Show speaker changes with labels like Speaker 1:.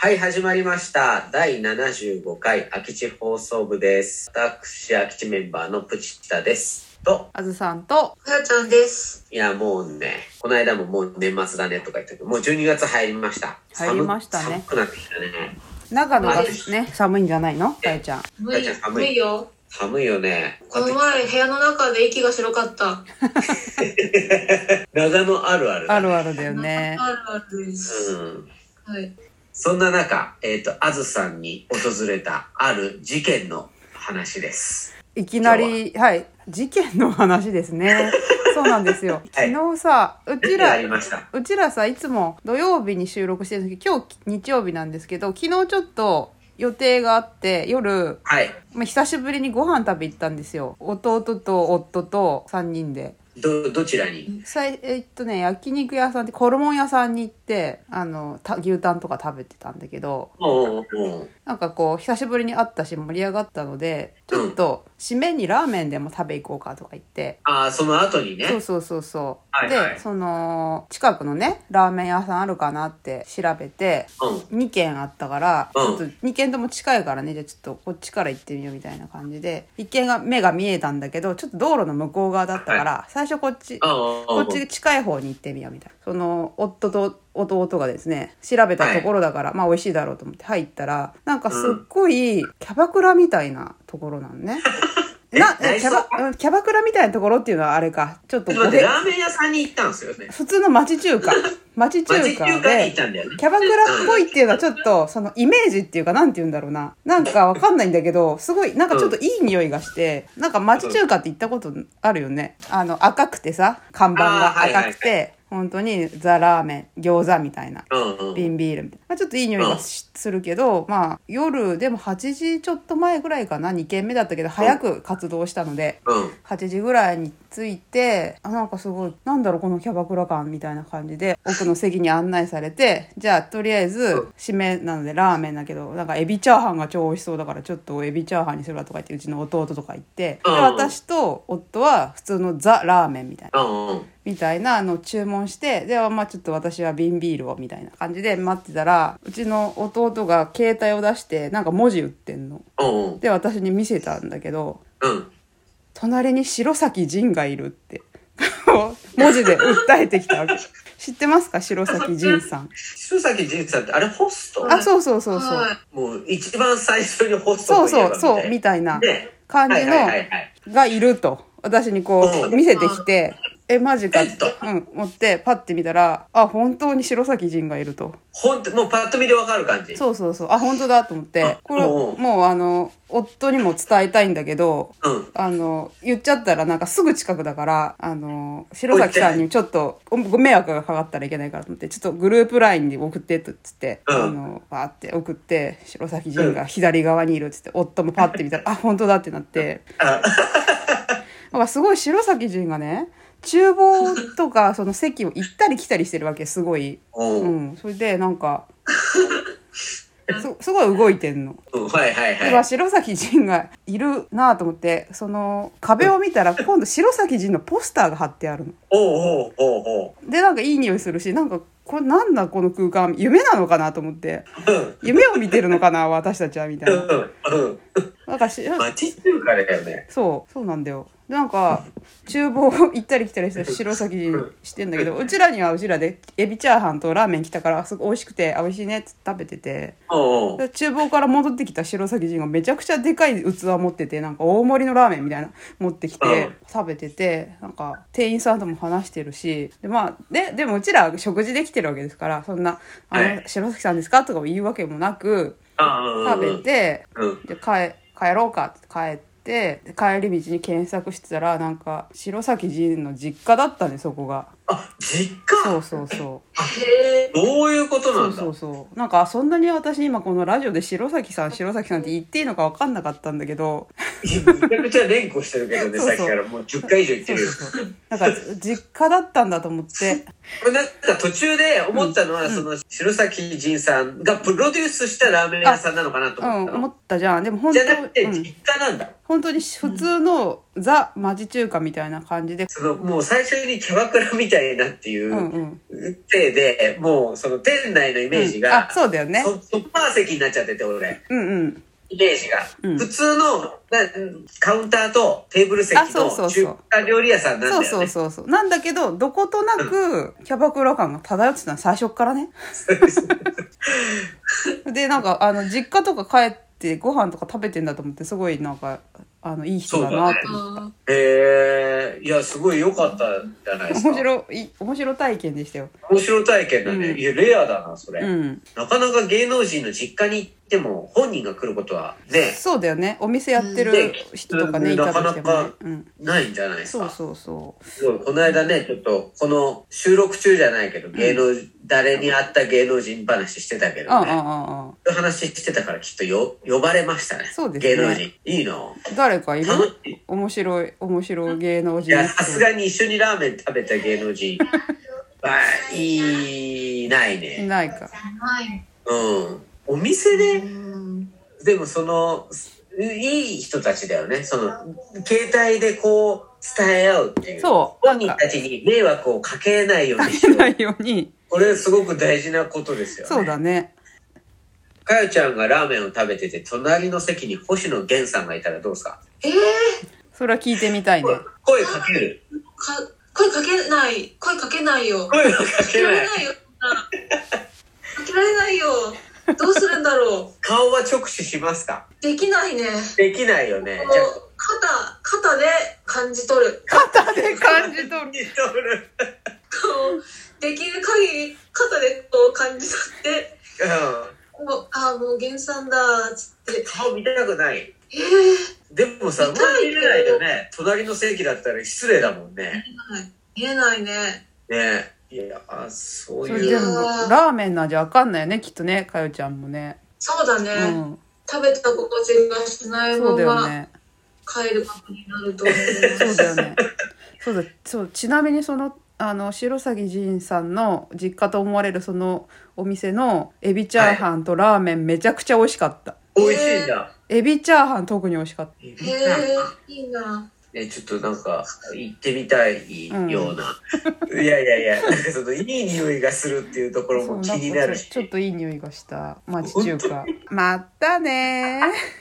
Speaker 1: はい、始まりました。第75回空き地放送部です。私、空き地メンバーのプチッタです。と、
Speaker 2: あずさんと、
Speaker 3: かよちゃんです。
Speaker 1: いや、もうね、この間ももう年末だねとか言ってたけど、もう12月入りました。
Speaker 2: 入りました
Speaker 1: 寒
Speaker 2: ね
Speaker 1: くなってきたね。
Speaker 2: 長野がね、寒いんじゃないのかよちゃん。
Speaker 3: 無
Speaker 1: かよちゃん寒い
Speaker 3: 無理よ。
Speaker 1: 寒いよね。
Speaker 3: この前、部屋の中で息が白かった。
Speaker 1: 長野あるあるだ
Speaker 2: あ
Speaker 1: ね。
Speaker 2: るあるだよね。
Speaker 3: あるあるです。
Speaker 1: うん。
Speaker 3: はい。
Speaker 1: そんな中、えっ、と、あずさんに訪れたある事件の話です。
Speaker 2: いきなり、はい、事件の話です ね。そうなんですよ。
Speaker 1: はい
Speaker 2: 昨日さ、うち
Speaker 1: あ
Speaker 2: ら、
Speaker 1: りました。
Speaker 2: うちらさ、いつも土曜日に収録してるんですけど、今日日曜日なんですけど、昨日ちょっと予定があって、夜、
Speaker 1: はい。
Speaker 2: まあ、久しぶりにご飯食べ行ったんですよ。弟と夫と3人で。
Speaker 1: ど、どちらに
Speaker 2: さいえっとね焼肉屋さんって衣屋さんに行ってあのた牛タンとか食べてたんだけど
Speaker 1: おうおうおう
Speaker 2: なんかこう久しぶりに会ったし盛り上がったのでちょっと締めにラーメンでも食べ行こうかとか言って、
Speaker 1: ああ、その後にね。
Speaker 2: そうそうそうそう、
Speaker 1: はいはい
Speaker 2: でその近くのねラーメン屋さんあるかなって調べて
Speaker 1: うん。
Speaker 2: 2軒あったから、
Speaker 1: うん
Speaker 2: ちょっと2軒とも近いからねじゃあちょっとこっちから行ってみようみたいな感じで1軒が目が見えたんだけどちょっと道路の向こう側だったから、最初こっちこ
Speaker 1: こ
Speaker 2: っち近い方に行ってみようみたいな。その、夫と弟がですね、調べたところだから、まあ美味しいだろうと思って入ったら、なんかすっごいキャバクラみたいなところなのね。
Speaker 1: え
Speaker 2: な、
Speaker 1: 内
Speaker 2: キャ
Speaker 1: 装
Speaker 2: バ、うんキャバクラみたいなところっていうのはあれか。ちょっと
Speaker 1: ちょっと 待
Speaker 2: ご
Speaker 1: って、
Speaker 2: で
Speaker 1: ラーメン屋さんに行ったんですよね。
Speaker 2: 普通の町 中華。町中
Speaker 1: 町中
Speaker 2: 華
Speaker 1: 華に行っ
Speaker 2: で、
Speaker 1: たんだよね。
Speaker 2: キャバクラっぽいっていうのはちょっと、そのイメージっていうか、なんて言うんだろうな。なんかわかんないんだけど、すごい、なんかちょっといい匂いがして、なんか町中華って行ったことあるよね。あの、赤くてさ、看板
Speaker 1: あー
Speaker 2: が
Speaker 1: はいはい
Speaker 2: 赤くて、本当にザラーメン、餃子みたいな。
Speaker 1: うんうん。
Speaker 2: 瓶ビールみたいな。まあ、ちょっといい匂いがしするけど、まあ、夜、でも8時ちょっと前ぐらいかな、2軒目だったけど、早く活動したので、
Speaker 1: うん。
Speaker 2: 8時ぐらいに着いてあなんかすごいなんだろうこのキャバクラ感みたいな感じで奥の席に案内されて じゃあとりあえず締めなのでラーメンだけどなんかエビチャーハンが超美味しそうだからちょっとエビチャーハンにするわとか言ってうちの弟とか言ってで
Speaker 1: うん
Speaker 2: 私と夫は普通のザ・ラーメンみたいな。
Speaker 1: うんうん。
Speaker 2: みたいなのを注文して、で、まあちょっと私は瓶ビールをみたいな感じで待ってたら、うちの弟が携帯を出して、なんか文字打ってんの。
Speaker 1: うんうん。
Speaker 2: で、私に見せたんだけど、
Speaker 1: うん。
Speaker 2: 隣に白崎仁がいるって、 こう文字で訴えてきたわけ。知ってますか白崎仁さん。
Speaker 1: 須崎仁さんって、あれホスト
Speaker 2: あ、そうそうそうそう。
Speaker 3: は
Speaker 1: もう一番最初にホスト
Speaker 2: そ
Speaker 1: と
Speaker 2: う
Speaker 1: いえば
Speaker 2: そうそう、み
Speaker 1: み
Speaker 2: たい
Speaker 1: たいな。
Speaker 2: な
Speaker 1: ね。
Speaker 2: 感
Speaker 1: は
Speaker 2: じ
Speaker 1: いはいはい
Speaker 2: の
Speaker 1: はい。
Speaker 2: がいると。私にこ
Speaker 1: う
Speaker 2: う、
Speaker 1: ん
Speaker 2: 見せてきて、え、マジかって
Speaker 1: えっと、
Speaker 2: うん、持って、パッて見たら、あ、本当に白崎仁がいると。
Speaker 1: ほんと、もうパッと見でわかる感じ。う。
Speaker 2: そうそうそう、あ、本当だと思って、これ、
Speaker 1: おう
Speaker 2: もうあの、夫にも伝えたいんだけど、
Speaker 1: ん。
Speaker 2: あの、言っちゃったらなんかすぐ近くだから、あの、白崎さんにちょっとごご迷惑がかかったらいけないからと思って、ちょっとグループラインに送ってと、つって、
Speaker 1: うん
Speaker 2: あの、バーって送って、白崎仁が左側にいるっつって、夫もパッて見たら、あ、本当だってなって、
Speaker 1: あ、
Speaker 2: なんかすごい白崎仁がね、厨房とかその席を行ったり来たりしてるわけ、すごい。
Speaker 1: うん。
Speaker 2: う
Speaker 1: うん
Speaker 2: ん、それでな んか、すすごい動いてんの。
Speaker 1: はいはい
Speaker 2: では
Speaker 1: はい。
Speaker 2: 白崎仁がいるなぁと思ってその壁を見たら今度白崎仁のポスターが貼ってあるの。
Speaker 1: おうおうおうおう。
Speaker 2: でなんかいい匂いするしなんかこれなんだこの空間夢なのかなと思って
Speaker 1: うん。
Speaker 2: 夢を見てるのかな私たちはみたいな。
Speaker 1: うん。うん。
Speaker 2: なんかし
Speaker 1: 町中華だよね。
Speaker 2: そうそうなんだよ。でなんか厨房行ったり来たりして白崎仁してんだけどうちらにはうちらでエビチャーハンとラーメン来たからすごい美味しくてあ美味しいねって食べてて。
Speaker 1: おうおう。
Speaker 2: で厨房から戻ってきた白崎仁がめちゃくちゃでかい器持っててなんか大盛りのラーメンみたいな持ってき
Speaker 1: う
Speaker 2: て
Speaker 1: ん
Speaker 2: 食べててなんか店員さんとも話してるしで,、まあ、ででもうちら食事できてるわけですからそんな「あ
Speaker 1: はい
Speaker 2: の白崎さんですか?」とかも言うわけもなく
Speaker 1: あうんうん
Speaker 2: 食べて
Speaker 1: うん。
Speaker 2: で帰帰ろうかって帰ってで帰り道に検索してたらなんか白崎仁の実家だったねそこが
Speaker 1: あ、実家
Speaker 2: そうそうそう
Speaker 3: い。へえ。
Speaker 1: どういうこと
Speaker 2: そ
Speaker 1: な
Speaker 2: うん
Speaker 1: だ
Speaker 2: そうそ うなんかそんなに私今このラジオで白崎さん白崎さんって言っていいのか分かんなかったんだけど
Speaker 1: めちゃくちゃ連呼してるけどね、
Speaker 2: そうそ
Speaker 1: さ
Speaker 2: う
Speaker 1: っきからもう10回以上言って
Speaker 2: そう
Speaker 1: る
Speaker 2: そ
Speaker 1: よ
Speaker 2: う。そうなんか実家だったんだと思って
Speaker 1: これなんか途中で思ったのは、その、白崎仁さんがプロデュースしたラーメン屋さんなのかなと
Speaker 2: う
Speaker 1: 思
Speaker 2: ん
Speaker 1: った
Speaker 2: 思
Speaker 1: の。
Speaker 2: ったじゃんでも本
Speaker 1: じゃなく
Speaker 2: 当、
Speaker 1: て、
Speaker 2: うん
Speaker 1: 実家なんだ。
Speaker 2: 本当に普通のザ町中華みたいな感じで
Speaker 1: その、もう最初にキャバクラみたいなってい
Speaker 2: うん
Speaker 1: う、
Speaker 2: うん
Speaker 1: 手で、もうその店内のイメージ
Speaker 2: うん
Speaker 1: が
Speaker 2: あ、そうだよね
Speaker 1: そソファー席になっちゃってて、俺。
Speaker 2: うんうん
Speaker 1: イメージが。
Speaker 2: うん
Speaker 1: 普通のなカウンターとテーブル席
Speaker 2: あそうそ
Speaker 1: の
Speaker 2: うそう
Speaker 1: 中華料理屋さんなんだよ
Speaker 2: そう
Speaker 1: ね。
Speaker 2: そうそうそうなんだけどどことなくキャバクラ感が漂ってたの最初っか らねでなんかあの実家とか帰ってご飯とか食べてんだと思ってすごいなんかあのいい人だなって思っ
Speaker 3: あ
Speaker 1: へえいや、すごい良かったじゃないで
Speaker 2: た
Speaker 1: すか。
Speaker 2: 面白い面白体験でしたよ
Speaker 1: 面白体験だね。
Speaker 2: うん
Speaker 1: いや、レアだな、それ、
Speaker 2: うん
Speaker 1: なかなか芸能人の実家に行っても、本人が来ることはね、
Speaker 2: そうだよねお店やってる
Speaker 1: で
Speaker 2: 人とかねいた
Speaker 1: な
Speaker 2: と
Speaker 1: か
Speaker 2: して
Speaker 1: な
Speaker 2: もね
Speaker 1: か
Speaker 2: うん
Speaker 1: ないんじゃないです
Speaker 2: そう
Speaker 1: か。
Speaker 2: そうそう
Speaker 1: すごい、この間ね、ちょっと、この収録中じゃないけど、芸能、誰に会った芸能人話してたけ
Speaker 2: あ
Speaker 1: ど
Speaker 2: あ
Speaker 1: ね。
Speaker 2: ああ
Speaker 1: そういう話してたからきっとよ呼ばれましたね。
Speaker 2: そうですね
Speaker 1: 芸能人。いいの。
Speaker 2: 誰かいる
Speaker 1: 楽しい。
Speaker 2: 面白い面白い芸能
Speaker 1: い
Speaker 2: 人
Speaker 1: や、さすがに一緒にラーメン食べた芸能人 はいない
Speaker 2: い
Speaker 1: ね。
Speaker 2: ないか
Speaker 3: はい。
Speaker 1: うん。お店で
Speaker 3: うん
Speaker 1: でもそのいい人たちだよねその携帯でこう伝え合うっていう
Speaker 2: そう
Speaker 1: 本人たちに迷惑をかけないようにしよ
Speaker 2: な
Speaker 1: う
Speaker 2: いように
Speaker 1: これすごく大事なことですよね
Speaker 2: そうだね
Speaker 1: かよちゃんがラーメンを食べてて隣の席に星野源さんがいたらどうですか
Speaker 3: えー、
Speaker 2: それは聞いてみたいね
Speaker 1: 声かける
Speaker 3: か、声かけない、声かけないよ。か
Speaker 1: 声をかけ
Speaker 3: けら
Speaker 1: ない
Speaker 3: れないよ。そんなかけられないよ。どうするんだろう。
Speaker 1: 顔は直視しますか
Speaker 3: できないね。
Speaker 1: できないよね
Speaker 3: もう
Speaker 1: じゃあ
Speaker 3: 肩、肩で感じ取る。
Speaker 2: 肩で感
Speaker 1: 見
Speaker 2: じ取る
Speaker 1: とる
Speaker 3: こうできる限り肩でこう感じ取って。
Speaker 1: うん
Speaker 3: もうあーもう原産だーっつって
Speaker 1: 顔見たくない
Speaker 3: えー、
Speaker 1: でもさもう
Speaker 3: 見たい
Speaker 1: 見
Speaker 3: けど
Speaker 1: れないよね隣の席だったら失礼だもんね
Speaker 3: 見えないね
Speaker 1: ねいやあそう
Speaker 2: そ
Speaker 1: い
Speaker 2: れ
Speaker 1: う
Speaker 2: でもラーメンなんじゃわかんないよねきっとねかよちゃんもね
Speaker 3: そうだ
Speaker 2: う
Speaker 3: ね、
Speaker 2: ん
Speaker 3: 食べた心地がしない
Speaker 2: そ
Speaker 3: ま
Speaker 2: うだよ
Speaker 3: ま
Speaker 2: ね
Speaker 3: 帰ることになると思います
Speaker 2: そうだよねそうだそうちなみにそのあの白崎仁さんの実家と思われるそのお店のエビチャーハンとラーメンめちゃくちゃ美味しかった、
Speaker 1: 美味しいじゃん。
Speaker 2: エビチャーハン特に美味しかっ
Speaker 1: え
Speaker 3: へえー、いいな
Speaker 1: ちょっとなんか行ってみたいような、いやいやいやなんかそのいい匂いがするっていうとこ
Speaker 2: た
Speaker 1: ろも気になるし
Speaker 2: そうなんかちょちょっといい匂いがした町中華またねー